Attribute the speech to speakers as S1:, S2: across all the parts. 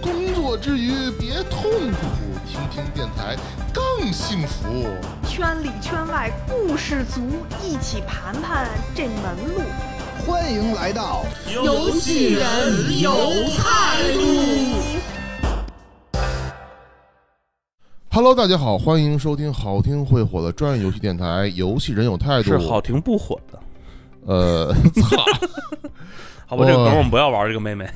S1: 工作之余别痛苦，听听电台更幸福。
S2: 圈里圈外故事足，一起盘盘这门路。
S3: 欢迎来到
S4: 游戏人有态度。
S1: Hello，大家好，欢迎收听好听会火的专业游戏电台《游戏人有态度》。
S5: 是好，听不火的，
S1: 呃， 操，
S5: 好吧，这个
S1: 哦
S5: 梗我们不要玩这个妹妹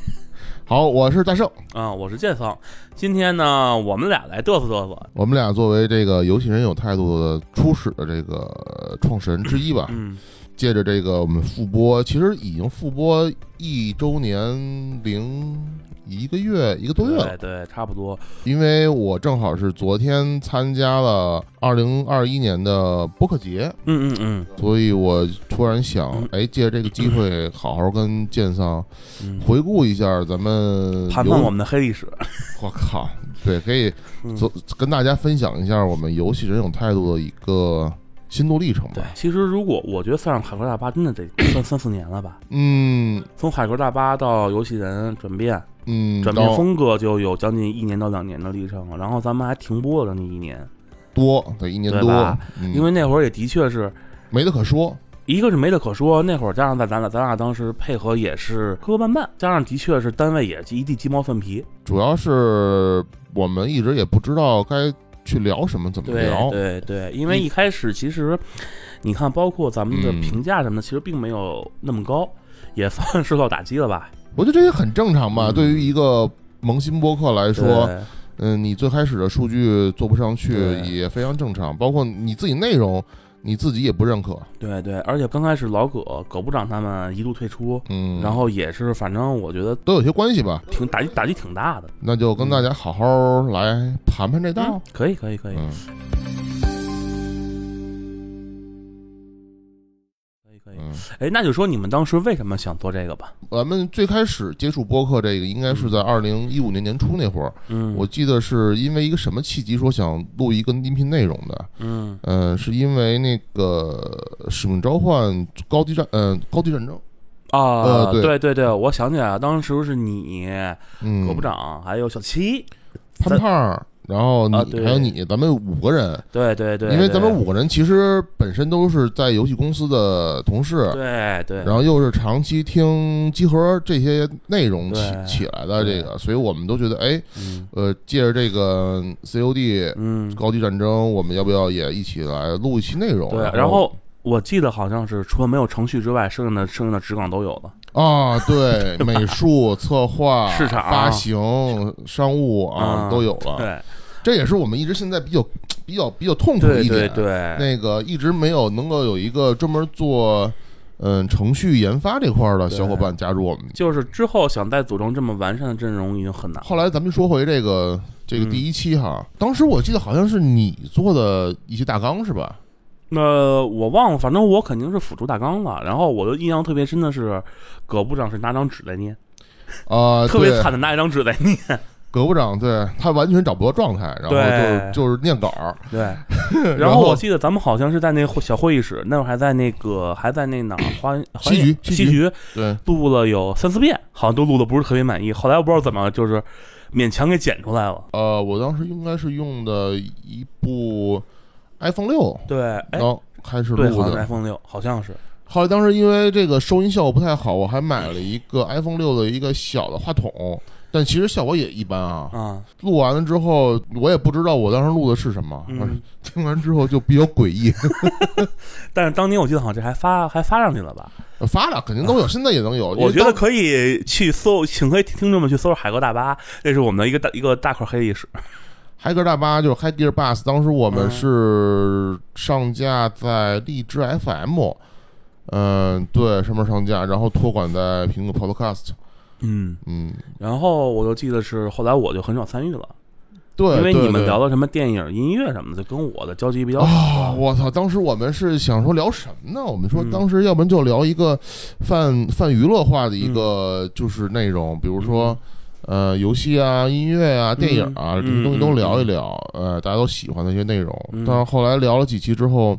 S1: 好，我是大圣。
S5: 啊、我是剑锋，今天呢，我们俩来嘚瑟嘚瑟，
S1: 我们俩作为这个游戏人有态度的初始的这个呃创始人之一吧，
S5: 嗯，
S1: 借着这个我们复播，其实已经复播一周年零一个月一个多月了
S5: 对，对，差不多，
S1: 因为我正好是昨天参加了二零二一年的播客节，
S5: 嗯嗯嗯
S1: 所以我突然想
S5: 嗯，
S1: 哎，借这个机会好好跟剑桑
S5: 嗯，
S1: 回顾一下咱们
S5: 盘
S1: 游
S5: 盘我们的黑历史，
S1: 我靠，对，可以
S5: 嗯
S1: 走跟大家分享一下我们游戏人有态度的一个心路历程
S5: 对
S1: 吧。，
S5: 其实如果我觉得算上海龟大巴，真的得算三四年了吧，
S1: 嗯
S5: 从海龟大巴到游戏人转变，
S1: 嗯，
S5: 转变
S1: 到
S5: 风格就有将近一年到两年的历程了，然后咱们还停播了那一年，
S1: 多，对，一年
S5: 对
S1: 多
S5: 吧，
S1: 嗯
S5: 因为那会儿也的确是
S1: 没得可说，
S5: 一个是没得可说，那会儿加上在咱俩，咱俩当时配合也是磕磕绊绊，加上的确是单位也是一地鸡毛蒜皮，
S1: 主要是我们一直也不知道该去聊什么，怎么
S5: 对
S1: 聊。
S5: 对对，因为一开始其实你看，包括咱们的
S1: 嗯
S5: 评价什么的，其实并没有那么高，也算受到打击了吧？
S1: 我觉得这也很正常吧，
S5: 嗯
S1: 对于一个萌新播客来 说，
S5: 对
S1: 嗯，你最开始的数据做不上去
S5: 对
S1: 也非常正常，包括你自己内容。你自己也不认可，
S5: 对对，而且刚开始老葛、葛部长他们一度退出，
S1: 嗯，
S5: 然后也是反正我觉得
S1: 都有些关系吧，
S5: 挺打击打击挺大的。
S1: 那就跟大家好好来盘盘这道。
S5: 嗯，可以可以可以，
S1: 嗯，
S5: 可以可以。
S1: 嗯，
S5: 哎，那就说你们当时为什么想做这个吧？
S1: 咱们最开始接触播客这个，应该是在二零一五年年初那会儿，
S5: 嗯，
S1: 我记得是因为一个什么契机说想录一个音频内容的，
S5: 嗯
S1: 嗯、是因为那个《使命召唤》高地战，嗯、高地战争，
S5: 啊，
S1: 呃对
S5: 对对对，我想起来了，当时是你、
S1: 嗯，
S5: 葛部长还有小七，
S1: 潘胖儿，然后你、
S5: 啊对
S1: 还有你，咱们五个人，
S5: 对对对，
S1: 因为咱们
S5: 对
S1: 五个人其实本身都是在游戏公司的同事，
S5: 对对，
S1: 然后又是长期听集合这些内容起
S5: 对
S1: 起来的这个，所以我们都觉得，哎，
S5: 嗯
S1: 呃，借着这个 COD
S5: 嗯，
S1: 高地战争，我们要不要也一起来录一期内容？
S5: 对，然后我记得好像是除了没有程序之外，剩下的剩下的职岗都有了。
S1: 啊，对， 美术、策划、
S5: 市场
S1: 发行、商务啊
S5: 嗯
S1: 都有了。
S5: 对
S1: 这也是我们一直现在比较比较比较痛苦的一
S5: 对对
S1: 点。
S5: 对，
S1: 那个一直没有能够有一个专门做嗯程序研发这块儿的小伙伴加入我们。
S5: 就是之后想再组成这么完善的阵容已经很难了。
S1: 后来咱们说回这个这个
S5: 嗯
S1: 第一期哈，当时我记得好像是你做的一些大纲是吧？
S5: 那、我忘了，反正我肯定是辅助大纲了。然后我的印象特别深的是，葛部长是拿张纸在捏，
S1: 啊、
S5: 特别
S1: 对
S5: 惨的拿一张纸在捏。
S1: 葛部长对他完全找不到状态，然后
S5: 对
S1: 就就是念稿儿，
S5: 对，
S1: 然
S5: 然
S1: 后
S5: 后我记得咱们好像是在那会小会议室，那会儿还在那个还在那哪儿花花
S1: 西局
S5: 园
S1: 西
S5: 西局
S1: 对，
S5: 录了有三四遍，好像都录的不是特别满意。后来我不知道怎么就是勉强给剪出来了。
S1: 呃，我当时应该是用的一部 iPhone 六，
S5: 对，哎
S1: 然，后开始
S5: 对，好
S1: 哦
S5: 像
S1: 录
S5: 是
S1: 的。
S5: iPhone 六，好像是。
S1: 后来当时因为这个收音效果不太好，我还买了一个 iPhone 六的一个小的话筒，但其实效果也一般啊。
S5: 啊，
S1: 录完了之后，我也不知道我当时录的是什么，反正
S5: 嗯，
S1: 听完之后就比较诡异。
S5: 但是当年我记得好像这还发还发上去了吧？
S1: 发了肯定 都有，现在也能有。哦因
S5: 我
S1: 为
S5: 觉得
S1: 当
S5: 可以去搜，请各位听众们去搜“海哥大巴”，这是我们的一个大一个大块黑历史。
S1: 嗨歌大巴就是嗨迪尔巴斯，当时我们
S5: 嗯
S1: 是上架在荔枝 FM，嗯、对，上面上架，然后托管在苹果 Podcast，
S5: 嗯，
S1: 嗯，
S5: 然后我就记得是后来我就很少参与了，
S1: 对，
S5: 因为
S1: 对
S5: 你们
S1: 对
S5: 聊的什么电影、音乐什么的，跟我的交集比较少。
S1: 啊、我操！当时我们是想说聊什么呢？我们说
S5: 嗯
S1: 当时要不然就聊一个泛泛娱乐化的一个就是内容，比如说。呃，游戏啊，音乐啊，电影啊，
S5: 嗯
S1: 这些东西都
S5: 嗯嗯
S1: 聊一聊，呃，大家都喜欢的一些内容。
S5: 嗯
S1: 但是后来聊了几期之后，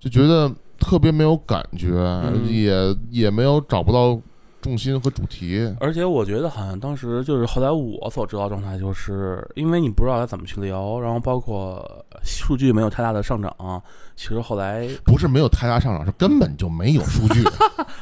S1: 就觉得特别没有感觉，
S5: 嗯
S1: 也也没有找不到重心和主题。
S5: 而且我觉得好像当时就是后来我所知道的状态，就是因为你不知道该怎么去聊，然后包括数据没有太大的上涨，其实后来
S1: 不是没有太大上涨，是根本就没有数据。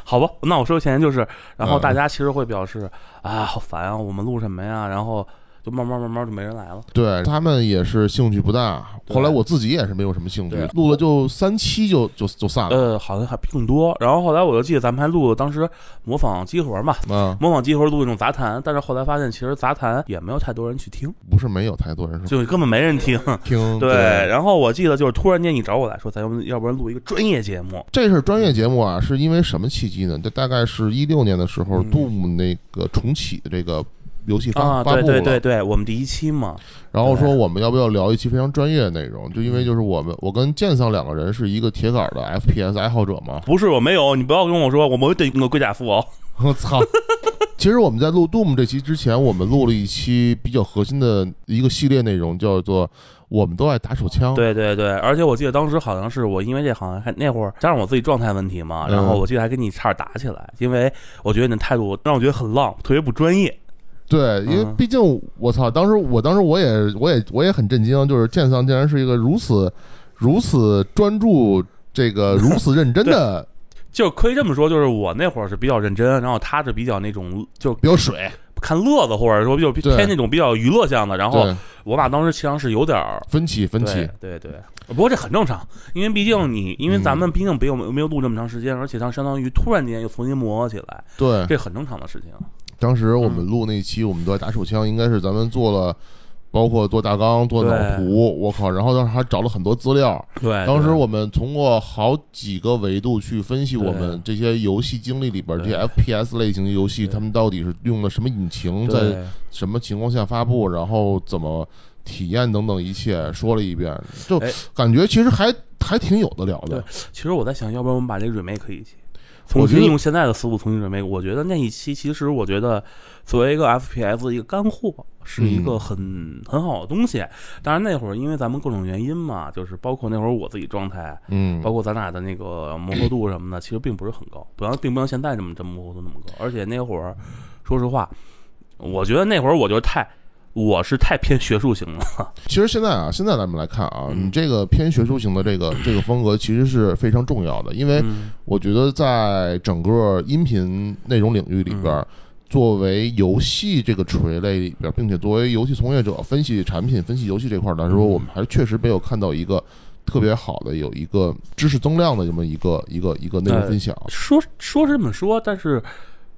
S5: 好吧，那我说前就是，然后
S1: 嗯
S5: 大家其实会表示、啊，好烦啊，我们录什么呀？然后就慢慢慢慢就没人来了。
S1: 对他们也是兴趣不大，
S5: 对
S1: 后来我自己也是没有什么兴趣
S5: 对，
S1: 录了就三期就就就散了。
S5: 呃，好像还更多。然后后来我就记得咱们还录了当时模仿集合嘛，
S1: 啊，
S5: 模仿集合录那种杂谈，但是后来发现其实杂谈也没有太多人去听，
S1: 不是没有太多人说
S5: 就根本没人听。
S1: 听。
S5: 对，
S1: 对，
S5: 然后我记得就是突然间你找我来说，咱要不要不然录一个专业节目？
S1: 这是专业节目啊，是因为什么契机呢？这大概是一六年的时候
S5: 嗯
S1: ，Doom 那个重启的这个游戏发
S5: 啊，
S1: 发
S5: 对
S1: 布
S5: 对对
S1: 了，
S5: 对，我们第一期嘛，
S1: 然后说我们要不要聊一期非常专业的内容？就因为就是我们我跟剑桑两个人是一个铁杆的 FPS 爱好者嘛，
S5: 不是我没有，你不要跟我说我没有对那个龟甲哦富豪，
S1: 我操！其实我们在录 Doom 这期之前，我们录了一期比较核心的一个系列内容，叫做“我们都爱打手枪”。，
S5: 对对对，而且我记得当时好像是我因为这好像还那会儿加上我自己状态问题嘛，
S1: 嗯
S5: 然后我记得还跟你差点打起来，因为我觉得你的态度让我觉得很浪，特别不专业。
S1: 对，因为
S5: 嗯
S1: 毕竟我操，当时我当时我也我也我也很震惊，就是剑桑竟然是一个如此如此专注、这个如此认真的，
S5: 就可以这么说，就是我那会儿是比较认真，然后他是比较那种就
S1: 比较水。
S5: 看乐子，或者说就
S1: 对
S5: 偏那种比较娱乐向的。然后
S1: 对，
S5: 我俩当时其实是有点儿
S1: 分歧分歧。
S5: 对对对，不过这很正常，因为毕竟你，因为咱
S1: 嗯
S5: 们毕竟没有没有录这么长时间，而且它相当于突然间又重新磨合起来，
S1: 对，
S5: 这很正常的事情。
S1: 当时我
S5: 嗯
S1: 们录那期《我们都爱打手枪》，应该是咱们做了。包括做大纲、做脑
S5: 对
S1: 图，我靠！然后当时还找了很多资料，
S5: 对，
S1: 当
S5: 哎
S1: 时
S5: 对啊
S1: 我们通过好几个维度去分析我们这些游戏经历里边这
S5: 对
S1: 些 FPS 类型的游戏，
S5: 对
S1: 他们到底是用了什么引擎，在
S5: 对
S1: 什么情况下发布，然后怎么体验等等一切说了一遍，就
S5: 哎
S1: 感觉其实还还挺有的聊的。
S5: 其实我在想，要不然我们把这 remake 一期，
S1: 我
S5: 重
S1: 觉得
S5: 新用现在的思路重新 remake。我觉得那一期其实我觉得作为一个 FPS 一个干货，是一
S1: 嗯
S5: 个很、很好的东西。当然那会儿因为咱们各种原因嘛，就是包括那会儿我自己状态，
S1: 嗯
S5: 包括咱俩的那个磨合度什么的，其实并不是很高，不像并不像现在这么这么磨合度那么高。而且那会儿，说实话，我觉得那会儿我就太。我是太偏学术型了，
S1: 其实现在啊，现在咱们来看啊，
S5: 嗯
S1: 你这个偏学术型的 这个这个风格其实是非常重要的，因为
S5: 嗯
S1: 我觉得在整个音频内容领域里边，
S5: 嗯
S1: 作为游戏这个垂类里边，并且作为游戏从业者分析产品、分析游戏这块儿来说，
S5: 嗯
S1: 我们还确实没有看到一个特别好的、有一个知识增量的这么一个一个一个内容分享。
S5: 说说是这么说，但是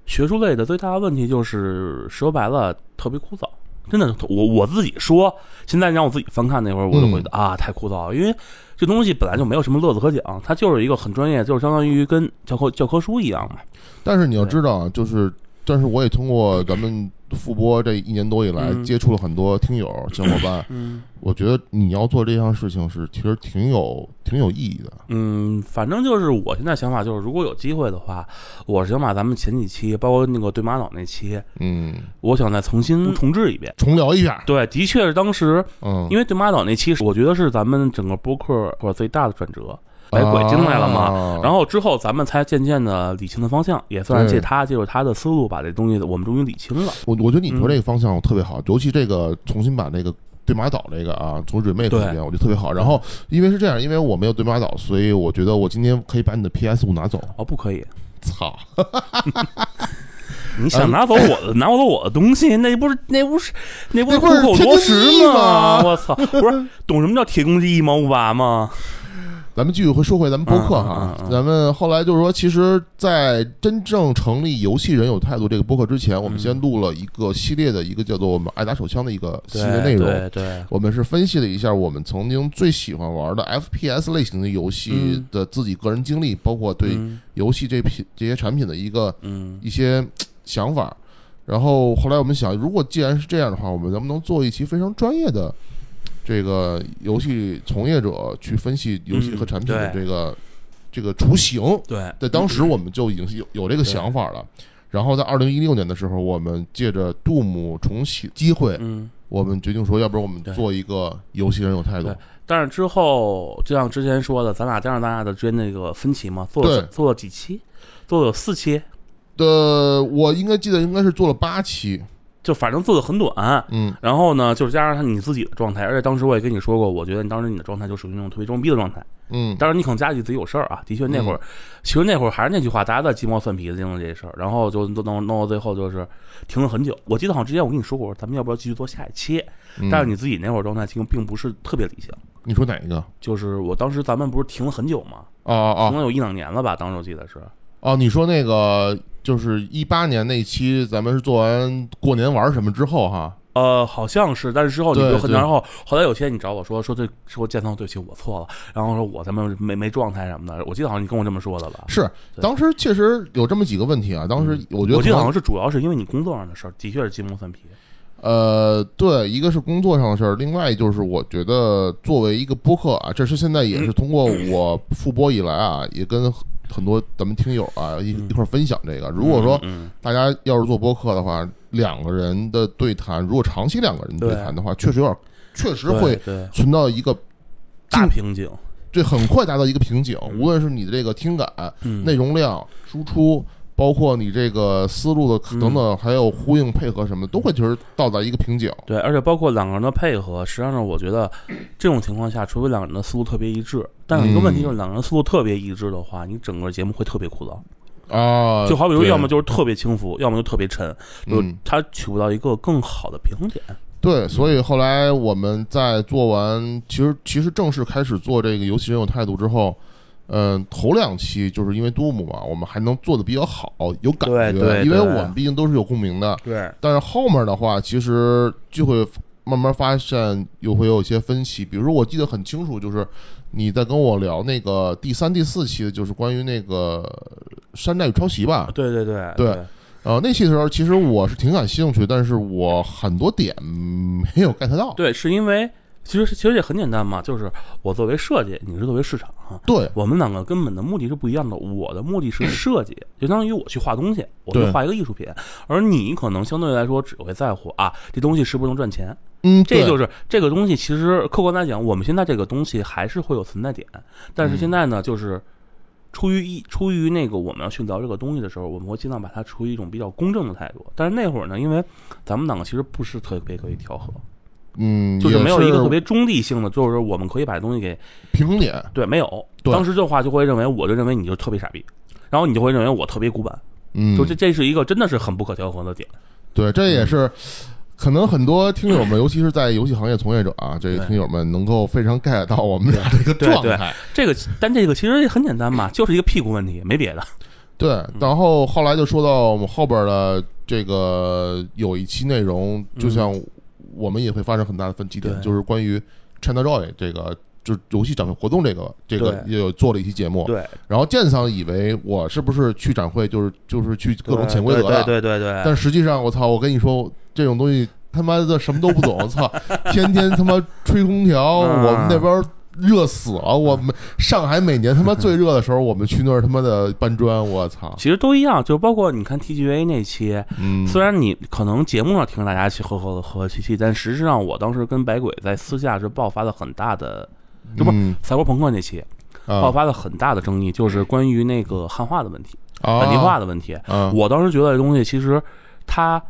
S5: 学术类的最大的问题就是说白了特别枯燥。真的，我我自己说，现在让我自己翻看那会儿，我就会觉得、啊，太枯燥了，因为这东西本来就没有什么乐子可讲，它就是一个很专业，就是相当于跟教科教科书一样嘛。
S1: 但是你要知道啊，就是。但是我也通过咱们复播这一年多以来，
S5: 嗯
S1: 接触了很多听友、小伙伴。
S5: 嗯
S1: 我觉得你要做这项事情是其实挺有挺有意义的。
S5: 嗯，反正就是我现在想法就是，如果有机会的话，我是想把咱们前几期，包括那个对玛瑙那期，
S1: 嗯，
S5: 我想再重新重置一遍。
S1: 重聊一下。
S5: 对，的确是当时
S1: 嗯，
S5: 因为对马岛那期，我觉得是咱们整个播客或者最大的转折，来拐进来了嘛。
S1: 啊
S5: 然后之后，咱们才渐渐的理清了方向，也算是
S1: 对
S5: 借他借助他的思路，把这东西我们终于理清了。
S1: 我我觉得你说
S5: 嗯
S1: 这个方向特别好，尤其这个重新把那个对马岛这个啊，从 remake
S5: 对
S1: 这边，我觉得特别好。然后因为是这样，因为我没有对马岛，所以我觉得我今天可以把你的 PS 五拿走。
S5: 哦，不可以，
S1: 操！
S5: 你想拿走我的，拿走我的东西，那不是那不是那不是
S1: 嗯那
S5: 虎
S1: 不是
S5: 口夺
S1: 天
S5: 食
S1: 经地义
S5: 吗？
S1: 吗
S5: 我操，不是懂什么叫铁公鸡一毛不拔吗？
S1: 咱们继续会说回咱们播客哈
S5: 嗯嗯嗯，嗯
S1: 咱们后来就是说，其实，在真正成立游戏人有态度这个播客之前，我
S5: 嗯
S1: 们先录了一个系列的一个叫做“我们爱打手枪”的一个系列
S5: 对
S1: 内容。
S5: 对对，
S1: 我们是分析了一下我们曾经最喜欢玩的 FPS 类型的游戏
S5: 嗯
S1: 的自己个人经历，包括对
S5: 嗯
S1: 游戏这品这些产品的一个
S5: 嗯
S1: 一些想法。然后后来我们想，如果既然是这样的话，我们能不能做一期非常专业的这个游戏从业者去分析游戏和
S5: 嗯
S1: 产品的
S5: 对
S1: 这个、这个雏形？
S5: 对
S1: 在当
S5: 嗯
S1: 时我们就已经有有这个想法了。然后在二零一六年的时候，我们借着 Doom 重启机会，
S5: 嗯，
S1: 我们决定说，要不然我们
S5: 对
S1: 做一个游戏人有态度
S5: 对。但是之后就像之前说的，咱俩加上咱俩的之间那个分歧嘛，做了
S1: 对
S5: 做了几期，做了有四期，
S1: 呃，我应该记得应该是做了八期，
S5: 就反正做的很短。
S1: 嗯，
S5: 然后呢，就是加上你自己的状态，而且当时我也跟你说过，我觉得你当时你的状态就属于那种特别装逼的状态。
S1: 嗯，
S5: 当然，你可能家里自己有事儿啊。的确，那会儿，其实那会儿还是那句话，大家在鸡毛蒜皮的经历这些事儿，然后就弄弄弄到最后就是停了很久。我记得好像之前我跟你说过，咱们要不要继续做下一期？
S1: 嗯
S5: 但是你自己那会儿状态其实并不是特别理想。
S1: 你说哪一个？
S5: 就是我当时咱们不是停了很久吗？
S1: 哦哦
S5: 停了有一两年了吧？当时我记得是，
S1: 哦哦，你说那个就是一八年那期，咱们是做完过年玩什么之后哈，
S5: 呃，好像是，但是之后你
S1: 对
S5: 就很
S1: 对
S5: 然后后来有天你找我说说这说建仓对不起我错了，然后说我咱们没没状态什么的，我记得好像你跟我这么说的吧？
S1: 是
S5: 对
S1: 当时确实有这么几个问题啊。当时我觉得
S5: 我记得
S1: 可能
S5: 好像是主要是因为你工作上的事儿，的确是鸡毛蒜皮。
S1: 呃，对，一个是工作上的事儿，另外就是我觉得作为一个播客啊，这是现在也是通过我复播以来
S5: 嗯
S1: 啊，也跟很多咱们听友啊一一块儿分享这个。如果说
S5: 嗯，
S1: 大家要是做播客的话，两个人的对谈，如果长期两个人的对
S5: 对
S1: 谈的话，确实有点，确实
S5: 对
S1: 会
S5: 对
S1: 存到一个
S5: 大瓶颈。
S1: 对很快达到一个瓶颈，无论是你的这个听感、
S5: 嗯，
S1: 内容量、输出。包括你这个思路
S5: 嗯
S1: 的等等，还有呼应配合什么的，都会其实到达一个瓶颈。
S5: 对，而且包括两个人的配合，实际上我觉得
S1: 嗯
S5: 这种情况下，除非两个人的思路特别一致，但有一个问题就是两个人思路特别一致的话，你整个节目会特别枯燥。
S1: 啊，
S5: 就好比说，
S1: 对
S5: 要么就是特别轻浮，要么就特别沉，就
S1: 嗯
S5: 它取不到一个更好的平衡点。
S1: 对，所以后来我们在做完，其实其实正式开始做这个游戏人有态度之后，嗯、头两期就是因为杜牧嘛，我们还能做的比较好，有感觉，
S5: 对对
S1: 因为
S5: 对
S1: 我们毕竟都是有共鸣的。
S5: 对，
S1: 但是后面的话，其实就会慢慢发现，又会有一些分歧。比如说，我记得很清楚，就是你在跟我聊那个第三、第四期，就是关于那个山寨与抄袭吧，
S5: 对对对
S1: 对呃，那期的时候，其实我是挺感兴趣，但是我很多点没有 get 到。
S5: 对，是因为其实其实也很简单嘛，就是我作为设计，你是作为市场啊。
S1: 对
S5: 我们两个根本的目的是不一样的。我的目的是设计，就相当于我去画东西，我去
S1: 对
S5: 画一个艺术品，而你可能相对来说只会在乎啊，这东西是不是能赚钱。
S1: 嗯，
S5: 这就是是这个东西，其实客观来讲，我们现在这个东西还是会有存在点，但
S1: 嗯
S5: 是现在呢，就是出于一出于那个我们要去聊这个东西的时候，我们会尽量把它处于一种比较公正的态度。但是那会儿呢，因为咱们两个其实不是特别可以调和，
S1: 嗯，
S5: 就是
S1: 也
S5: 没有一个特别中立性的，就是我们可以把东西给
S1: 平衡点。
S5: 对没有。
S1: 对
S5: 当时这话就会认为，我就认为你就特别傻逼，然后你就会认为我特别古板，
S1: 嗯，
S5: 就这这是一个真的是很不可调和的点。
S1: 对，这也是可能很多听友们，尤其是在游戏行业从业者啊，这些
S5: 对
S1: 听友们能够非常 get 到我们俩的一个
S5: 对
S1: 状
S5: 对
S1: 态。
S5: 这个但这个其实也很简单嘛，就是一个屁股问题，没别的。
S1: 对，
S5: 嗯
S1: 然后后来就说到我们后边的这个有一期内容，就像我们也会发生很大的分歧点，
S5: 嗯对
S1: 就是关于 ChinaJoy 这个。就是游戏展会活动这个这个
S5: 对
S1: 也有做了一期节目，
S5: 对，
S1: 然后建桑以为我是不是去展会就是就是去各种潜规则的，啊
S5: 对对对对。
S1: 但实际上我操，我跟你说这种东西他妈的什么都不懂，我操，天天他妈吹空调，
S5: 嗯
S1: 我们那边儿热死了，我们上海每年他妈最热的时候，我们去那儿他妈的搬砖，我操，
S5: 其实都一样，就包括你看 TGA 那期，
S1: 嗯，
S5: 虽然你可能节目上听着大家去呵呵呵呵气气，但实质上我当时跟白鬼在私下是爆发了很大的这不
S1: 嗯
S5: 赛博朋克那期爆
S1: 啊，
S5: 发了很大的争议，就是关于那个汉化的问题、本地化
S1: 啊
S5: 的问题。
S1: 啊，
S5: 我当时觉得这东西其实它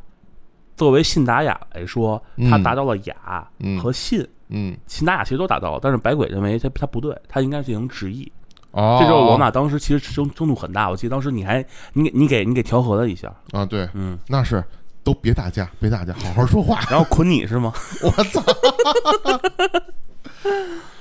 S5: 作为信达雅来说，它
S1: 嗯
S5: 达到了雅
S1: 嗯
S5: 和信。
S1: 嗯，
S5: 信达雅其实都达到了，但是白鬼认为它它不对，它应该进行直译。
S1: 哦，
S5: 这就是我们俩当时其实争争度很大，我记得当时你还你你给你给调和了一下，
S1: 啊，对，
S5: 嗯，
S1: 那是。都别打架，别打架，好好说话。
S5: 然后捆你是吗？
S1: 我操！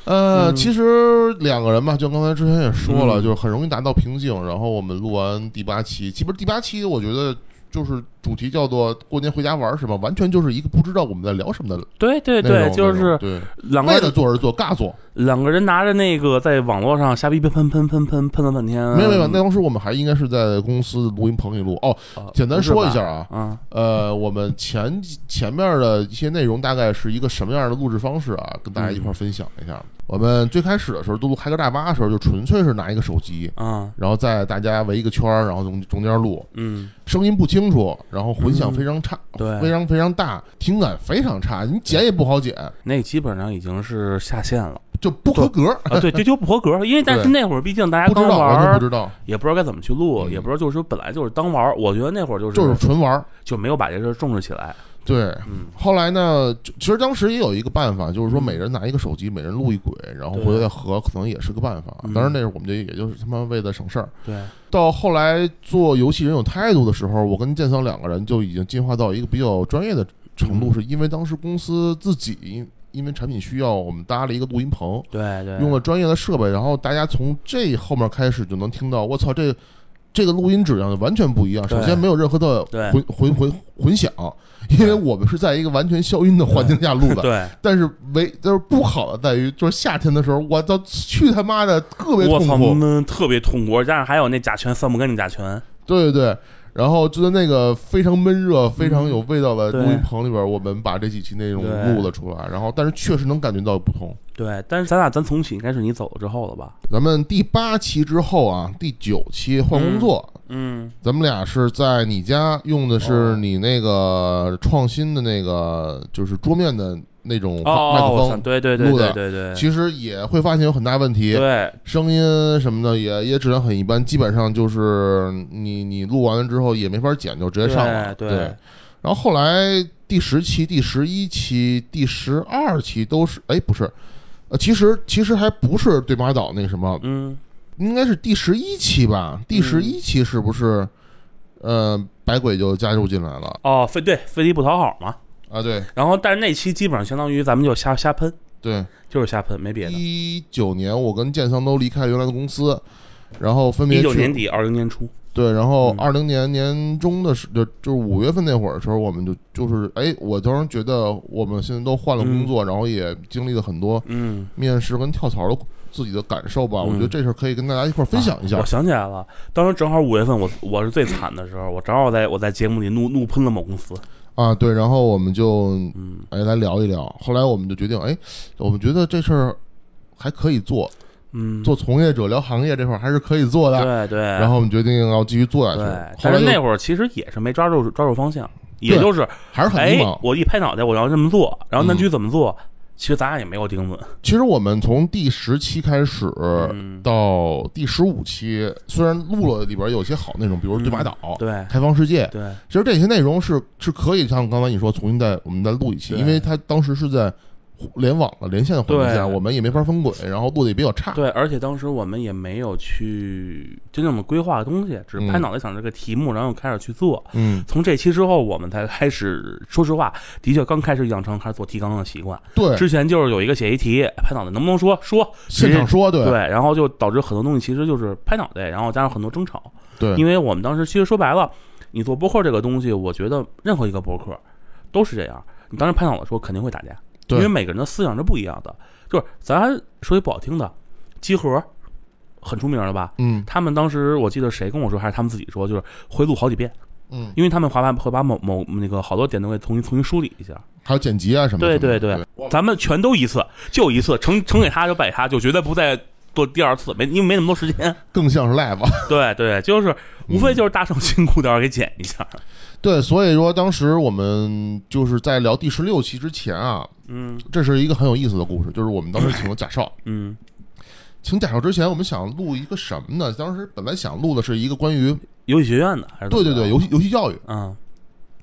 S1: 呃，其实两个人嘛，就刚才之前也说了，
S5: 嗯
S1: 就是很容易达到瓶颈。然后我们录完第八期，其实第八期我觉得就是主题叫做“过年回家玩什么”，完全就是一个不知道我们在聊什么的
S5: 对对
S1: 内容。
S5: 对，就
S1: 内容
S5: 是
S1: 对，
S5: 两个
S1: 为了
S5: 人
S1: 做而做，尬做。
S5: 两个人拿着那个在网络上瞎逼喷喷喷喷喷喷了半天，
S1: 没有没有，那当时我们还应该是在公司录音棚里录哦。
S5: 啊
S1: 简单说一下，啊，
S5: 不是吧啊，
S1: 呃，我们前前面的一些内容大概是一个什么样的录制方式啊？跟大家一块儿分享一下。我们最开始的时候，都录开个大巴的时候，就纯粹是拿一个手机，
S5: 啊，
S1: 然后再大家围一个圈儿，然后中中间录，
S5: 嗯，
S1: 声音不清楚，然后混响非常差，
S5: 对
S1: 非常非常大，听感非常差，你剪也不好剪，
S5: 那基本上已经是下线了
S1: 就不合格，
S5: 啊，对，这就不合格，因为但是
S1: 对
S5: 那会儿毕竟大家
S1: 不知
S5: 刚
S1: 道，
S5: 玩
S1: 完全
S5: 儿
S1: 不，知道，
S5: 也不知道该怎么去录，
S1: 嗯
S5: 也不知道就是说本来就是当玩儿，我觉得那会儿就是
S1: 就是纯玩儿。
S5: 就没有把这事儿重视起来，
S1: 对，
S5: 嗯
S1: 后来呢，就其实当时也有一个办法，就是说
S5: 嗯
S1: 每人拿一个手机，每人录一轨，然后
S5: 对
S1: 回头再合，可能也是个办法
S5: 嗯。
S1: 当然那时候我们就也就是他妈为了省事儿。
S5: 对，
S1: 到后来做游戏人有态度的时候，我跟建桑两个人就已经进化到一个比较专业的程度，是因为当时公司自己因因为产品需要，我们搭了一个录音棚，
S5: 对对，
S1: 用了专业的设备，然后大家从这后面开始就能听到，我操，这这个录音质量就完全不一样。
S5: 对
S1: 首先没有任何的
S5: 对
S1: 混混混混响，因为我们是在一个完全消音的环境下录的。
S5: 对，
S1: 但是唯就是不好的在于，就是夏天的时候，我操，去他妈的特别
S5: 我
S1: 痛
S5: 操，嗯
S1: 苦。
S5: 闷特别痛苦，加上还有那甲醛，三不跟那甲醛，
S1: 对对对。然后就在那个非常闷热、非常
S5: 嗯
S1: 有味道的
S5: 对
S1: 录音棚里边，我们把这几期内容
S5: 对
S1: 录了出来。然后，但是确实能感觉到不同。
S5: 对，但是咱俩咱重启应该是你走了之后了吧？
S1: 咱们第八期之后啊，第九期换工作，
S5: 嗯，
S1: 咱们俩是在你家用的是
S5: 哦
S1: 你那个创新的那个，就是桌面的那种麦
S5: 哦，
S1: 克
S5: 我操
S1: 风。
S5: 对对对
S1: 录
S5: 对
S1: 的
S5: 对对，
S1: 其实也会发现有很大问题，
S5: 对
S1: 声音什么的也也质量很一般，基本上就是你你录完了之后也没法剪，就直接上了。
S5: 对
S1: 对
S5: 对
S1: 然后后来第十期、第十一期、第十二期都是，哎，不是，呃，其实其实还不是对马岛那什么，
S5: 嗯，
S1: 应该是第十一期吧？第十一期是不是？呃，百鬼就加入进来了
S5: 哦，非对非礼不讨好嘛。
S1: 啊？对
S5: 然后，但是那期基本上相当于咱们就瞎瞎喷，
S1: 对，
S5: 就是瞎喷，没别的。
S1: 一九年我跟建仓都离开原来的公司，然后分别
S5: 一
S1: 去
S5: 九年底，二零年初，
S1: 对，然后
S5: 嗯
S1: 二零年年中的时就就是五月份那会儿的时候，我们就就是哎，我当时觉得我们现在都换了工作，然后也经历了很多
S5: 嗯，
S1: 面试跟跳槽的自己的感受吧。
S5: 嗯
S1: 我觉得这事儿可以跟大家一块儿分享一下。
S5: 啊我想起来了，当时正好五月份我，我是最惨的时候，我正好在我在节目里怒怒喷了某公司。
S1: 啊，对，然后我们就
S5: 嗯，
S1: 哎来聊一聊。后来我们就决定，哎，我们觉得这事儿还可以做，
S5: 嗯，
S1: 做从业者聊行业这块儿还是可以做
S5: 对
S1: 的。
S5: 对，
S1: 然后我们决定要继续做下
S5: 对
S1: 去。，后
S5: 但
S1: 来
S5: 是那
S1: 就
S5: 会儿其实也是没抓住抓住方向，也
S1: 对
S5: 就是
S1: 还是很
S5: 哎
S1: 迷茫，。
S5: 我一拍脑袋我要这么做，然后那
S1: 嗯哦
S5: 具怎么做？其实咱俩也没有钉子。
S1: 其实我们从第十期开始
S5: 嗯
S1: 到第十五期，虽然录了里边有些好内容，比如
S5: 嗯
S1: 对马岛、
S5: 对
S1: 开放世界，
S5: 对
S1: 其实这些内容是是可以像刚才你说重新再我们再录一期，
S5: 对
S1: 因为它当时是在联网的连线的环境下，
S5: 对
S1: 我们也没法分轨，然后录的也比较差。
S5: 对，而且当时我们也没有去真正的规划东西，只是拍
S1: 嗯
S5: 脑袋想这个题目，然后开始去做。
S1: 嗯，
S5: 从这期之后，我们才开始，说实话，的确刚开始养成开始做提纲的习惯。
S1: 对，
S5: 之前就是有一个写一题，拍脑袋能不能说说，
S1: 现场说，对
S5: 对，然后就导致很多东西其实就是拍脑袋，然后加上很多争吵。
S1: 对
S5: 因为我们当时其实说白了，你做播客这个东西，我觉得任何一个播客都是这样。你当时拍脑袋说肯定会打架，因
S1: 对
S5: 为每个人的思想是不一样的。就是咱说句不好听的，集合很出名了吧？
S1: 嗯
S5: 他们当时我记得谁跟我说，还是他们自己说，就是会录好几遍，
S1: 嗯，
S5: 因为他们会把会把某某那个好多点都会重新重新梳理一下。
S1: 还有剪辑啊什么
S5: 对
S1: 的。
S5: 对
S1: 什么
S5: 对
S1: 的，
S5: 咱们全都一次，就一次，成成给他就败给他，就绝对不再做第二次，没因为没那么多时间。
S1: 更像是 live。
S5: 对对，就是无
S1: 嗯
S5: 非就是大圣辛苦点儿给剪一下。
S1: 对，所以说当时我们就是在聊第十六期之前啊，
S5: 嗯
S1: 这是一个很有意思的故事，就是我们当时请了贾少。
S5: 嗯，
S1: 请贾少之前，我们想录一个什么呢？当时本来想录的是一个关于
S5: 游戏学院的还是怎
S1: 对
S5: 么
S1: 对
S5: 着
S1: 对游戏游戏教育，
S5: 嗯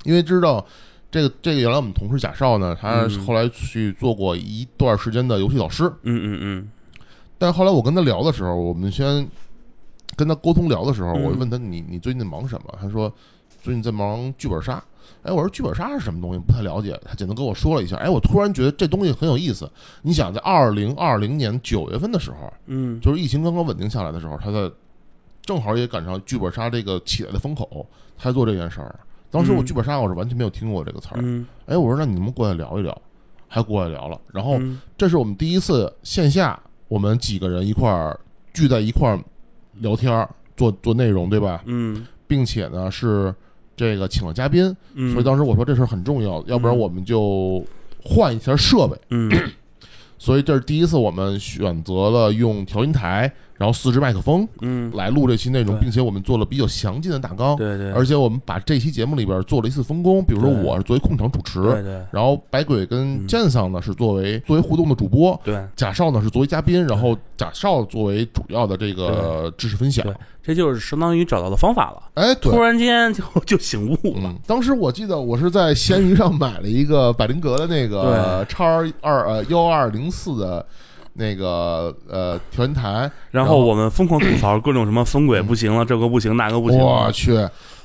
S1: 因为知道这个这个原来我们同事贾少呢，他
S5: 嗯
S1: 后来去做过一段时间的游戏老师，
S5: 嗯嗯嗯
S1: 但是后来我跟他聊的时候，我们先跟他沟通聊的时候，
S5: 嗯
S1: 我就问他你你最近忙什么？他说最近在忙剧本杀。哎，我说剧本杀是什么东西？不太了解。他简单跟我说了一下。哎，我突然觉得这东西很有意思。你想，在二零二零年九月份的时候，
S5: 嗯，
S1: 就是疫情刚刚稳定下来的时候，他在正好也赶上剧本杀这个起来的风口，他在做这件事儿。当时我
S5: 嗯
S1: 剧本杀我是完全没有听过这个词儿，
S5: 嗯
S1: 哎，我说那你们过来聊一聊。还过来聊了。然后
S5: 嗯
S1: 这是我们第一次线下我们几个人一块儿聚在一块儿聊天儿，做做内容，对吧？
S5: 嗯
S1: 并且呢是这个请了嘉宾，
S5: 嗯，
S1: 所以当时我说这事儿很重要，要不然我们就换一下设备。
S5: 嗯
S1: 所以这是第一次我们选择了用调音台，然后四支麦克风
S5: 嗯，
S1: 来录这期内容，
S5: 对
S1: 并且我们做了比较详尽的大纲。
S5: 对对，
S1: 而且我们把这期节目里边做了一次分工，比如说
S5: 对
S1: 我是作为控场主
S5: 对嗯
S1: 持，
S5: 对
S1: 然后白鬼跟剑桑呢是作为作为互动的主播，
S5: 对。
S1: 贾少呢是作为嘉宾，然后贾少作为主要的这个知识分享
S5: 对。，这就是相当于找到了方法了，
S1: 哎，对
S5: 突，然间就 就醒悟了。
S1: 嗯，当时我记得我是在闲鱼上买了一个百灵格的那个叉二呃幺二零四的那个呃调音台，
S5: 然
S1: 然
S5: 后
S1: 后
S5: 我们疯狂吐槽各种什么风轨不行了，这个不行，那个不行。哎
S1: 我去，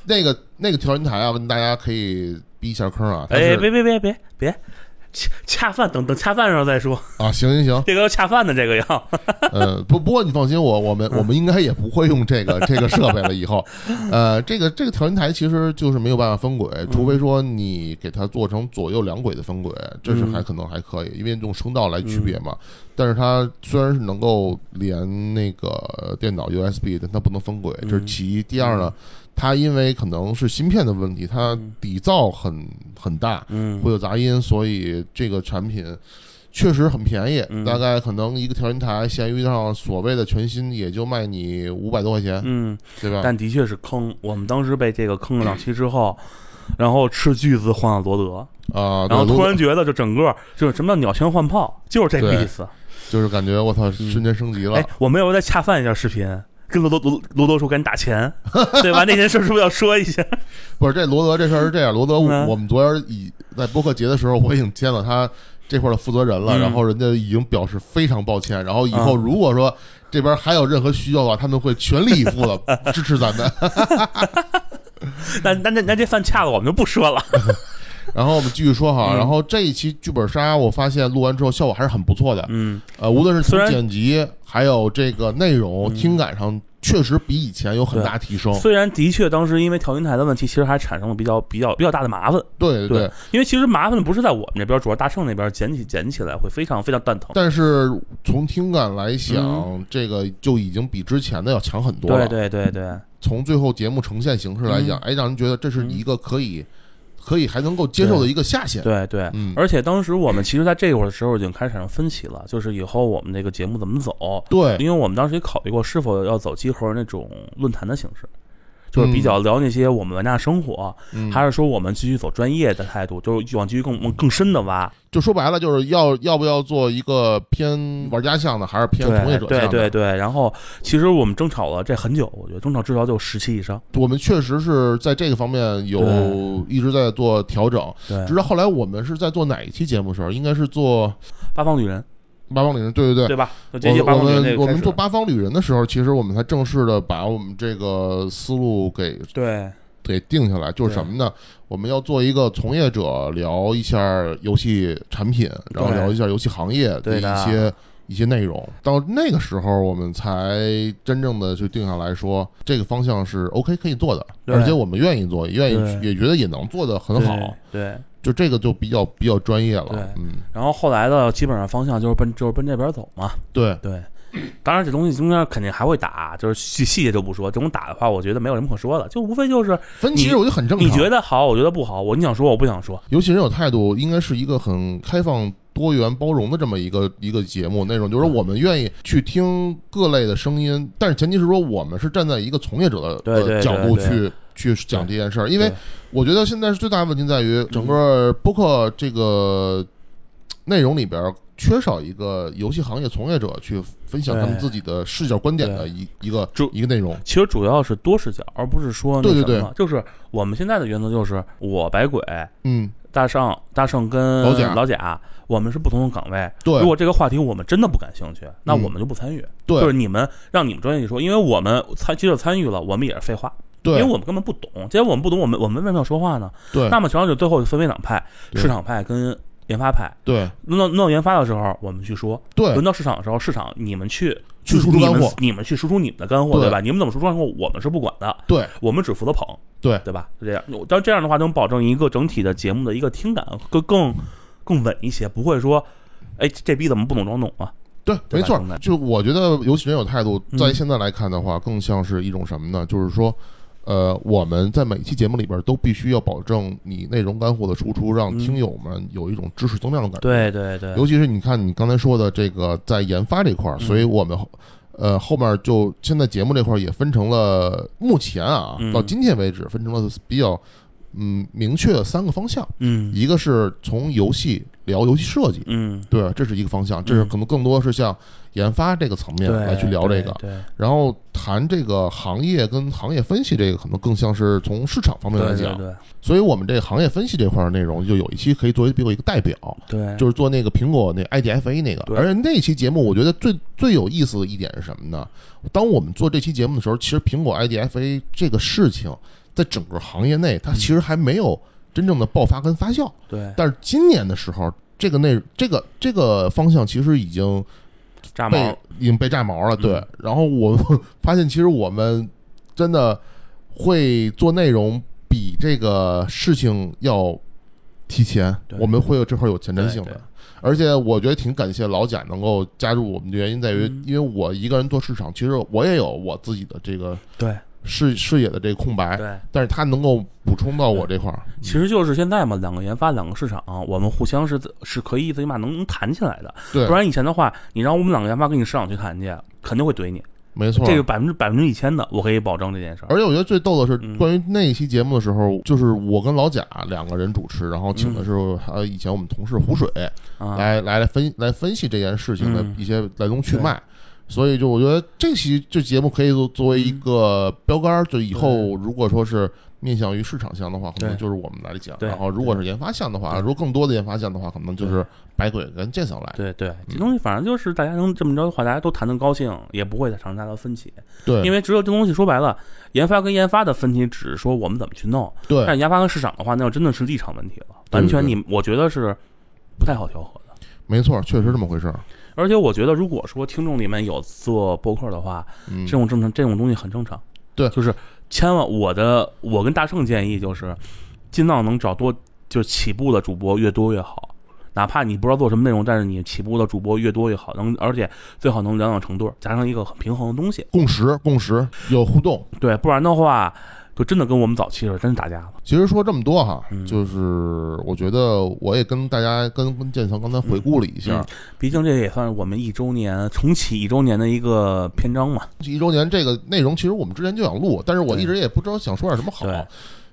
S1: 那个那个调音台啊，大家可以避一下坑啊，它
S5: 哎，
S1: 是
S5: 别别别别别， 恰恰饭等等恰饭时候再说，
S1: 啊，行行行，
S5: 这个要恰饭的这个要。
S1: 呃，不不过你放心，我我们我们应该也不会用这个这个设备了。以后，呃，这个这个调音台其实就是没有办法分轨，除非说你给它做成左右两轨的分轨，这是还可能还可以，因为用声道来区别嘛。但是它虽然是能够连那个电脑 USB，但它不能分轨，这是其一。第二呢，它因为可能是芯片的问题，它底噪很很大，
S5: 嗯
S1: 会有杂音，所以这个产品确实很便宜，
S5: 嗯
S1: 大概可能一个调音台，闲鱼上所谓的全新也就卖你五百多块钱，
S5: 嗯，
S1: 对吧？
S5: 但的确是坑。我们当时被这个坑了两期之后， 然后斥巨资换了罗德，
S1: 啊，
S5: 然后
S1: 对
S5: 突然觉得就整个就是什么叫鸟枪换炮，就是这个
S1: 对
S5: 意思。
S1: 就是感觉我操，瞬间升级了
S5: 哎，，我们要不再恰饭一下视频，跟罗德罗罗德说赶紧打 钱，对吧？那件事是不是要说一下？
S1: 不是这罗德这事儿是这样，罗德
S5: 嗯
S1: 我我们昨天已在播客节的时候我已经见了他。这块儿的负责人了，
S5: 嗯
S1: 然后人家已经表示非常抱歉，然后以后
S5: 嗯
S1: 如果说这边还有任何需要的话，他们会全力以赴的支持咱们。
S5: 那那那那这饭恰了，我们就不说了。
S1: 然后我们继续说哈，
S5: 嗯
S1: 然后这一期剧本杀，我发现录完之后效果还是很不错的，
S5: 嗯，
S1: 呃，无论是
S5: 虽
S1: 从
S5: 然嗯
S1: 剪辑还有这个内容、听感上，确实比以前有很大提升。
S5: 虽然的确当时因为调音台的问题，其实还产生了比较比较比较大的麻烦。
S1: 对对
S5: 对，因为其实麻烦不是在我们这边，主要大圣那边捡起捡起来会非常非常蛋疼。
S1: 但是从听感来想，这个就已经比之前的要强很
S5: 嗯
S1: 多
S5: 对嗯
S1: 了。
S5: 对对对，
S1: 从最后节目呈现形式来讲，哎，让人觉得这是一个可以、可以还能够接受的一个下限。
S5: 嗯对对，
S1: 嗯
S5: 而且当时我们其实在这会儿的时候已经开始产生分歧了，就是以后我们这个节目怎么走，
S1: 对
S5: 因为我们当时也考虑过是否要走集合那种论坛的形式。就是比较聊那些我们玩家生活，
S1: 嗯
S5: 还是说我们继续走专业的态度，就是往继续更往更深的挖。
S1: 就说白了，就是要要不要做一个偏玩家向的，还是偏从业
S5: 对
S1: 者向
S5: 对对
S1: 的？
S5: 对。然后其实我们争吵了这很久，我觉得争吵至少就十期以上。
S1: 我们确实是在这个方面有
S5: 对
S1: 一直在做调整。
S5: 对，
S1: 直到后来我们是在做哪一期节目的时候，应该是做
S5: 八方旅人，
S1: 《八方旅人》，对对
S5: 对
S1: 对。
S5: 吧？就接近八
S1: 我我
S5: 方旅人这
S1: 们
S5: 个
S1: 我
S5: 开
S1: 们
S5: 始
S1: 做《八方旅人》的时候，其实我们才正式的把我们这个思路给
S5: 对
S1: 给定下来，就
S5: 对
S1: 是什么呢？我们要做一个从业者聊一下游戏产品，然后
S5: 对
S1: 聊一下游戏行业
S5: 对的
S1: 一些一些内容。到那个时候，我们才真正的去定下来说，这个方向是 OK 可以做的，
S5: 对
S1: 而且我们愿意做，愿意
S5: 对
S1: 也觉得也能做得很好。
S5: 对。对
S1: 就这个就比较比较专业
S5: 对
S1: 了，嗯，
S5: 然后后来的基本上方向就是奔就是奔这边走嘛。
S1: 对。
S5: 对，当然这东西中间肯定还会打，就是细细节就不说。这种打的话，我觉得没有什么可说的，就无非就是
S1: 分歧
S5: 你
S1: 我觉得很正常。
S5: 你觉得好，我觉得不好，我你想说我不想说。
S1: 游戏人有态度，应该是一个很开放、多元、包容的这么一个一个节目内容，就是说我们愿意去听各类的声音，但是前提是说我们是站在一个从业者的
S5: 对对对
S1: 呃角度
S5: 对
S1: 去去讲这件事儿，因为
S5: 对
S1: 我觉得现在是最大的问题在于整个播客这个内容里边儿缺少一个游戏行业从业者去分享他们
S5: 对
S1: 自己的视角观点的
S5: 对
S1: 一一个
S5: 就
S1: 一个内容。
S5: 其实主要是多视角，而不是说那
S1: 对
S5: 什么，
S1: 对
S5: 就是我们现在的原则就是我白鬼、
S1: 嗯，
S5: 大圣、大圣跟
S1: 老贾
S5: 我们是不同的岗位。
S1: 对
S5: 如果这个话题我们真的不感兴趣，那
S1: 嗯
S5: 我们就不参与。
S1: 对
S5: 就是你们让你们专业去说，因为我们参即使参与了，我们也是废话，因
S1: 对
S5: 为我们根本不懂。既然我们不懂，我们我们为什么要说话呢？
S1: 对
S5: 那么主要就最后分为两派：
S1: 嗯对
S5: 市场派跟研发派。
S1: 对
S5: 轮到轮到研发的时候，我们去说；
S1: 对
S5: 轮到市场的时候，市场你们去
S1: 去输出干货
S5: 你们你们去输出你们的干货，
S1: 对
S5: 对吧？你们怎么输出干货，我们是不管的，
S1: 对
S5: 我们只负责捧，
S1: 对
S5: 对吧？就这样，但这样的话能保证一个整体的节目的一个听感，更更更稳一些，不会说，哎，这逼怎么不懂装懂啊？
S1: 对，
S5: 对
S1: 没
S5: 吧
S1: 错
S5: 兄弟，
S1: 就我觉得游戏人有态度，
S5: 嗯
S1: 在现在来看的话，更像是一种什么呢？就是说，呃，我们在每期节目里边都必须要保证你内容干货的输出，让
S5: 嗯
S1: 听友们有一种知识增量的感觉。
S5: 对对对，
S1: 尤其是你看你刚才说的这个在研发这块儿，所以
S5: 嗯
S1: 我们后呃后面就现在节目这块儿也分成了，目前啊
S5: 嗯
S1: 到今天为止分成了比较嗯明确的三个方向，
S5: 嗯
S1: 一个是从游戏聊游戏设计。
S5: 嗯，
S1: 对，这是一个方向，这是可能更多是像研发这个层面
S5: 对，
S1: 来去聊这个，
S5: 对，
S1: 然后谈这个行业跟行业分析这个，可能更像是从市场方面
S5: 对
S1: 来
S5: 对
S1: 讲。
S5: 对
S1: 所以我们这个行业分析这块儿的内容，就有一期可以作为比我一个代表，
S5: 对，
S1: 就是做那个苹果那 IDFA 那个，
S5: 对
S1: 而且那期节目我觉得最最有意思的一点是什么呢？当我们做这期节目的时候，其实苹果 IDFA 这个事情在整个行业
S5: 嗯
S1: 内，它其实还没有真正的爆发跟发酵。
S5: 对
S1: 但是今年的时候，这个内这个这个方向其实已经
S5: 炸毛
S1: 被，已经被炸毛了。对，
S5: 嗯
S1: 然后我发现其实我们真的会做内容比这个事情要提前，
S5: 对
S1: 我们会有这块有前瞻性
S5: 对
S1: 的
S5: 对。
S1: 而且我觉得挺感谢老贾能够加入我们的原因在于，
S5: 嗯
S1: 因为我一个人做市场，其实我也有我自己的这个
S5: 对
S1: 视视野的这个空白，
S5: 对，
S1: 但是他能够补充到我这块儿。
S5: 其实就是现在嘛，两个研发，两个市场，我们互相是是可以最起码能能谈起来的，
S1: 对
S5: 不，然以前的话，你让我们两个研发跟你市场去谈去，肯定会怼你，
S1: 没错，
S5: 这个百分之百分之一千的，我可以保证这件事儿。
S1: 而且我觉得最逗的是
S5: 嗯，
S1: 关于那一期节目的时候，就是我跟老贾两个人主持，然后请的是呃以前我们同事胡水
S5: 嗯啊，
S1: 来来来分来分析这件事情的
S5: 嗯
S1: 一些来龙去脉。所以就我觉得这期这节目可以作作为
S5: 嗯
S1: 一个标杆儿，就以后如果说是面向于市场项的话，可能
S5: 对
S1: 就是我们来讲；
S5: 对
S1: 然后如果是研发项的话，
S5: 对
S1: 如果更多的研发项的话，可能就是白鬼跟剑嫂来。
S5: 对对，这东西反正就是大家能这么着的话，大家都谈得高兴，也不会常常大到分歧，
S1: 对，
S5: 因
S1: 为
S5: 为只有这东西说白了，研发跟研发的分歧只是说我们怎么去弄，但
S1: 对，
S5: 是研发跟市场的话，那就真的是立场问题了，
S1: 对
S5: 完全
S1: 对
S5: 你我觉得是不太好调和的。
S1: 没错，确实这么回事儿。
S5: 而且我觉得，如果说听众里面有做播客的话，
S1: 嗯
S5: 这，种正常，这种东西很正常。
S1: 对
S5: 就是千万我的，我跟大圣建议就是，尽量能找多就是起步的主播越多越好，哪怕你不知道做什么内容，但是你起步的主播越多越好，能而且最好能两两成对儿，加上一个很平衡的东西。
S1: 共识，共识有互动，
S5: 对，不然的话，就真的跟我们早期的时候真是打架了。
S1: 其实说这么多哈，
S5: 嗯
S1: 就是我觉得我也跟大家跟跟建强刚才回顾了一
S5: 嗯
S1: 下，
S5: 毕竟这也算是我们一周年重启一周年的一个篇章嘛。
S1: 一周年这个内容其实我们之前就想录，但是我
S5: 对
S1: 一直也不知道想说点什么好
S5: 对。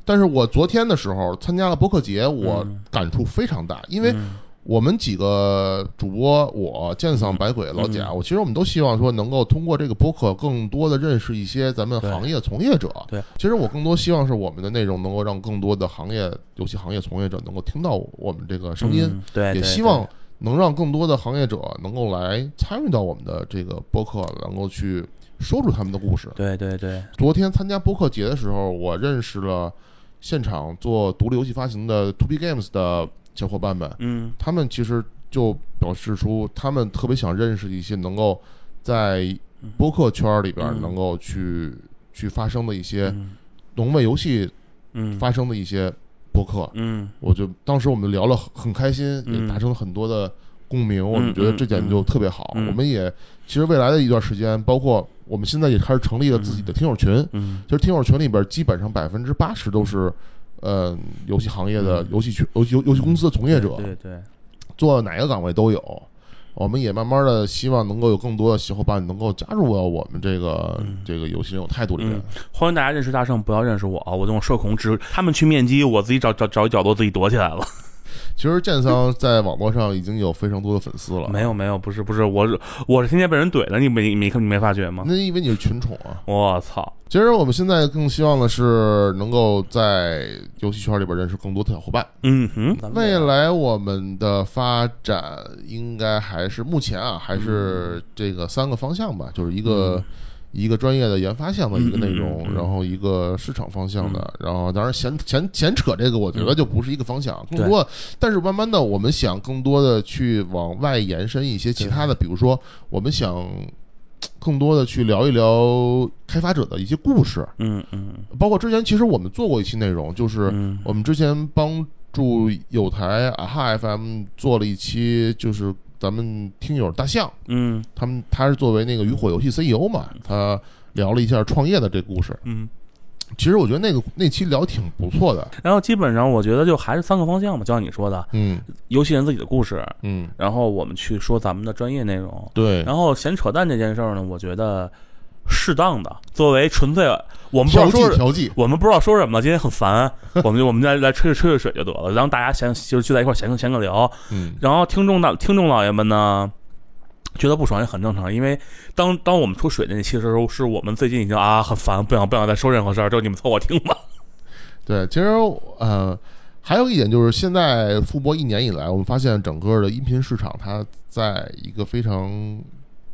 S1: 但是我昨天的时候参加了播客节，我感触非常大，因为
S5: 嗯
S1: 我们几个主播，我建桑、白鬼、老
S5: 嗯
S1: 贾，我其实我们都希望说能够通过这个播客更多的认识一些咱们
S5: 对
S1: 行业从业者。
S5: 对，
S1: 其实我更多希望是我们的内容能够让更多的行业，尤其行业从业者能够听到我们这个声音。
S5: 嗯对，
S1: 也
S5: 对
S1: 希望能让更多的行业者能够来参与到我们的这个播客，能够去说出他们的故事。
S5: 对对对对，
S1: 昨天参加播客节的时候，我认识了现场做独立游戏发行的 To B Games 的小伙伴们，
S5: 嗯，
S1: 他们其实就表示出他们特别想认识一些能够在播客圈里边
S5: 嗯
S1: 能够去去发生的一些
S5: 嗯
S1: 能为游戏
S5: 嗯
S1: 发生的一些播客。
S5: 嗯
S1: 我就当时我们聊了很很开心，
S5: 嗯
S1: 也达成了很多的共鸣，我们觉得这点就特别好。
S5: 嗯嗯
S1: 我们也其实未来的一段时间，包括我们现在也开始成立了自己的听友群，
S5: 嗯
S1: 其实听友群里边基本上百分之八十都是。呃，游戏行业的
S5: 嗯
S1: 游戏群、游戏游游戏公司的从业者，
S5: 对对
S1: 做哪个岗位都有。我们也慢慢的希望能够有更多的小伙伴能够加入到我们这个、这个游戏人有态度里面。
S5: 嗯欢迎大家认识大圣，不要认识我啊！我这种社恐，只他们去面基，我自己找找找一角落自己躲起来了。
S1: 其实建桑在网络上已经有非常多的粉丝了，
S5: 没有没有，不是不是，我是我是天天被人怼的，你没没你没发觉吗？
S1: 那因为你是群宠啊。
S5: 我操！
S1: 其实我们现在更希望的是能够在游戏圈里边认识更多的小伙伴。
S5: 嗯哼，咱们
S1: 未来我们的发展应该还是目前啊，还是
S5: 嗯
S1: 这个三个方向吧，就是一个、一个专业的研发项的一个内容，
S5: 嗯嗯嗯嗯嗯
S1: 然后一个市场方向的，然后当然闲闲闲扯这个，我觉得就不是一个方向，
S5: 对
S1: 更多。但是慢慢的，我们想更多的去往外延伸一些其他的，比如说我们想。更多的去聊一聊开发者的一些故事，
S5: 嗯嗯
S1: 包括之前其实我们做过一期内容，就是
S5: 嗯
S1: 我们之前帮驻有台啊哈 FM 做了一期，就是咱们听友大象，
S5: 嗯
S1: 他们他是作为那个渔火游戏 CEO 嘛，他聊了一下创业的这故事。
S5: 嗯。
S1: 其实我觉得那个那期聊挺不错的，
S5: 然后基本上我觉得就还是三个方向吧，就像你说的，
S1: 嗯
S5: 游戏人自己的故事，
S1: 嗯，
S5: 然后我们去说咱们的专业内容。
S1: 对，
S5: 然后闲扯淡这件事儿呢，我觉得适当的作为纯粹，我们不知
S1: 调
S5: 道
S1: 剂
S5: 说是
S1: 调剂，
S5: 我们不知道说什么，今天很烦， 我们就我们再来吹吹吹水就得了，然后大家闲就是聚在一块儿闲闲个聊。
S1: 嗯
S5: 然后听众大听众老爷们呢，觉得不爽也很正常，因为当当我们出水那期的时候，是我们最近已经啊很烦，不想不想再说任何事儿，就你们凑合听吧。
S1: 对，其实呃，还有一点就是，现在复播一年以来，我们发现整个的音频市场它在一个非常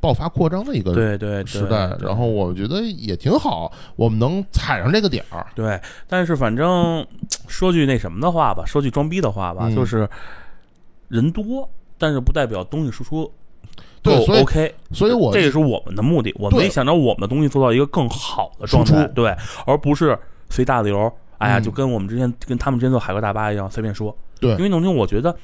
S1: 爆发扩张的一个
S5: 对对对，
S1: 嗯时代，
S5: 对
S1: 然后我觉得也挺好，我们能踩上这个点儿，
S5: 对，但是反正嗯说句那什么的话吧，说句装逼的话吧，
S1: 嗯
S5: 就是人多，但是不代表东西输出
S1: 对
S5: 够
S1: 所以
S5: OK，
S1: 所以我
S5: 这也是我们的目的，我们
S1: 对
S5: 也想让我们的东西做到一个更好的状态
S1: 输，出
S5: 对，而不是随大流。哎呀，
S1: 嗯
S5: 就跟我们之前跟他们之前做海哥大巴一样，随便说。
S1: 对
S5: 因为农听，我觉得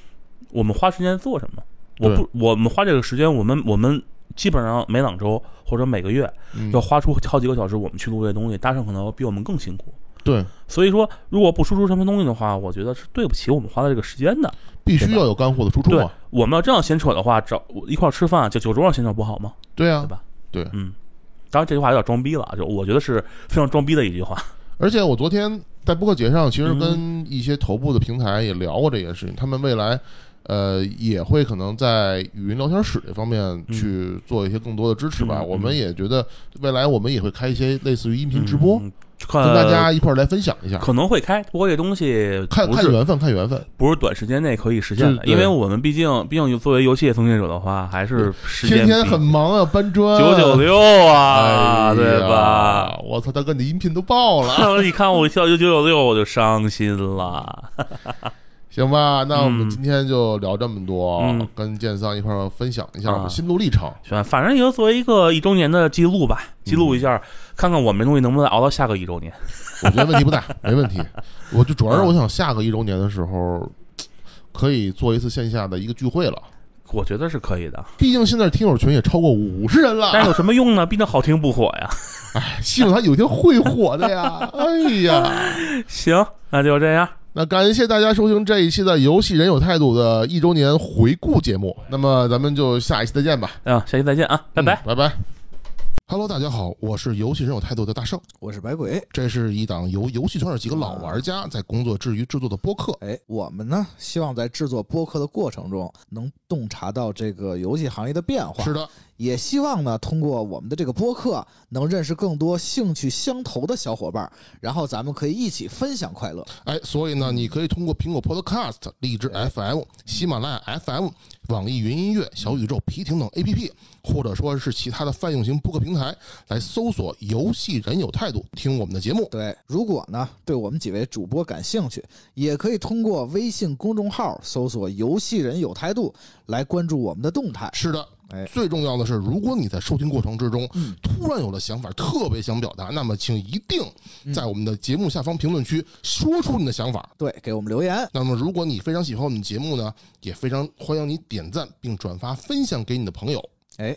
S5: 我们花时间做什么？我
S1: 对
S5: 不，我们花这个时间，我们我们基本上每两周或者每个月
S1: 嗯
S5: 要花出好几个小时，我们去录这东西，大圣可能比我们更辛苦。
S1: 对
S5: 所以说，如果不输出什么东西的话，我觉得是对不起我们花的这个时间的。
S1: 必须
S5: 对吧
S1: 要有干货的输出
S5: 对
S1: 嘛，，
S5: 我们要这样闲扯的话，找一块儿吃饭，就酒桌上闲扯不好吗？
S1: 对啊
S5: 对，吧？
S1: 对
S5: 嗯，当然这句话有点装逼了啊，就我觉得是非常装逼的一句话。
S1: 而且我昨天在播客节上，其实
S5: 嗯
S1: 跟一些头部的平台也聊过这件事情，他们未来。呃，也会可能在语音聊天室这方面去做一些更多的支持吧。
S5: 嗯嗯嗯
S1: 我们也觉得未来我们也会开一些类似于音频直播，
S5: 嗯，
S1: 跟
S5: 跟
S1: 大家一块儿来分享一下。
S5: 可能会开，不过这东西
S1: 看
S5: 不
S1: 看
S5: 是
S1: 缘分，看缘分。
S5: 不是短时间内可以实现的，
S1: 对对
S5: 因为我们毕竟毕竟作为游戏从业者的话，还是时间
S1: 天天
S5: 比
S1: 很忙啊，搬砖
S5: 九九六啊，
S1: 哎呀
S5: 对吧？？
S1: 我操，大哥，你的音频都爆了，
S5: 你看我一跳九九九六，我就伤心了。
S1: 行吧？那我们
S5: 嗯
S1: 今天就聊这么多，
S5: 嗯
S1: 跟建桑一块儿分享一下我们
S5: 啊
S1: 心路历程。
S5: 行，反正也就作为一个一周年的记录吧，记录一下，看看我们这东西能不能熬到下个一周年。
S1: 我觉得问题 不大，没问题。我就
S5: 啊
S1: 主要是我想下个一周年的时候，可以做一次线下的一个聚会了。
S5: 我觉得是可以的，
S1: 毕竟现在听友群也超过五十人了，
S5: 但是有什么用呢？毕竟好听不火呀。
S1: 希望他有一天会火的呀！哎呀，
S5: 行，那就这样。
S1: 那感谢大家收听这一期的《游戏人有态度》的一周年回顾节目。那么咱们就下一期再见吧，
S5: 啊，下期再见啊，拜拜。
S1: 嗯拜拜。Hello，大家好，我是《游戏人有态度》的大圣，
S3: 我是百鬼。
S1: 这是一档由游戏圈的几个老玩家在工作之余制作的播客。
S3: 哎，我们呢，希望在制作播客的过程中，能洞察到这个游戏行业的变化。
S1: 是的，
S3: 也希望呢，通过我们的这个播客，能认识更多兴趣相投的小伙伴儿，然后咱们可以一起分享快乐。
S1: 哎，所以呢，你可以通过苹果 Podcast、荔枝 FM、喜马拉雅 FM、网易云音乐、小宇宙、皮艇等 APP，或者说是其他的泛用型播客平台，来搜索“游戏人有态度”，听我们的节目。
S3: 对，如果呢对我们几位主播感兴趣，也可以通过微信公众号搜索“游戏人有态度”来关注我们的动态。
S1: 是的
S3: 哎，
S1: 最重要的是，如果你在收听过程之中
S3: 嗯
S1: 突然有了想法，特别想表达，那么请一定
S3: 嗯
S1: 在我们的节目下方评论区说出你的想法。
S3: 对，给我们留言。
S1: 那么，如果你非常喜欢我们的节目呢，也非常欢迎你点赞并转发分享给你的朋友。
S3: 哎，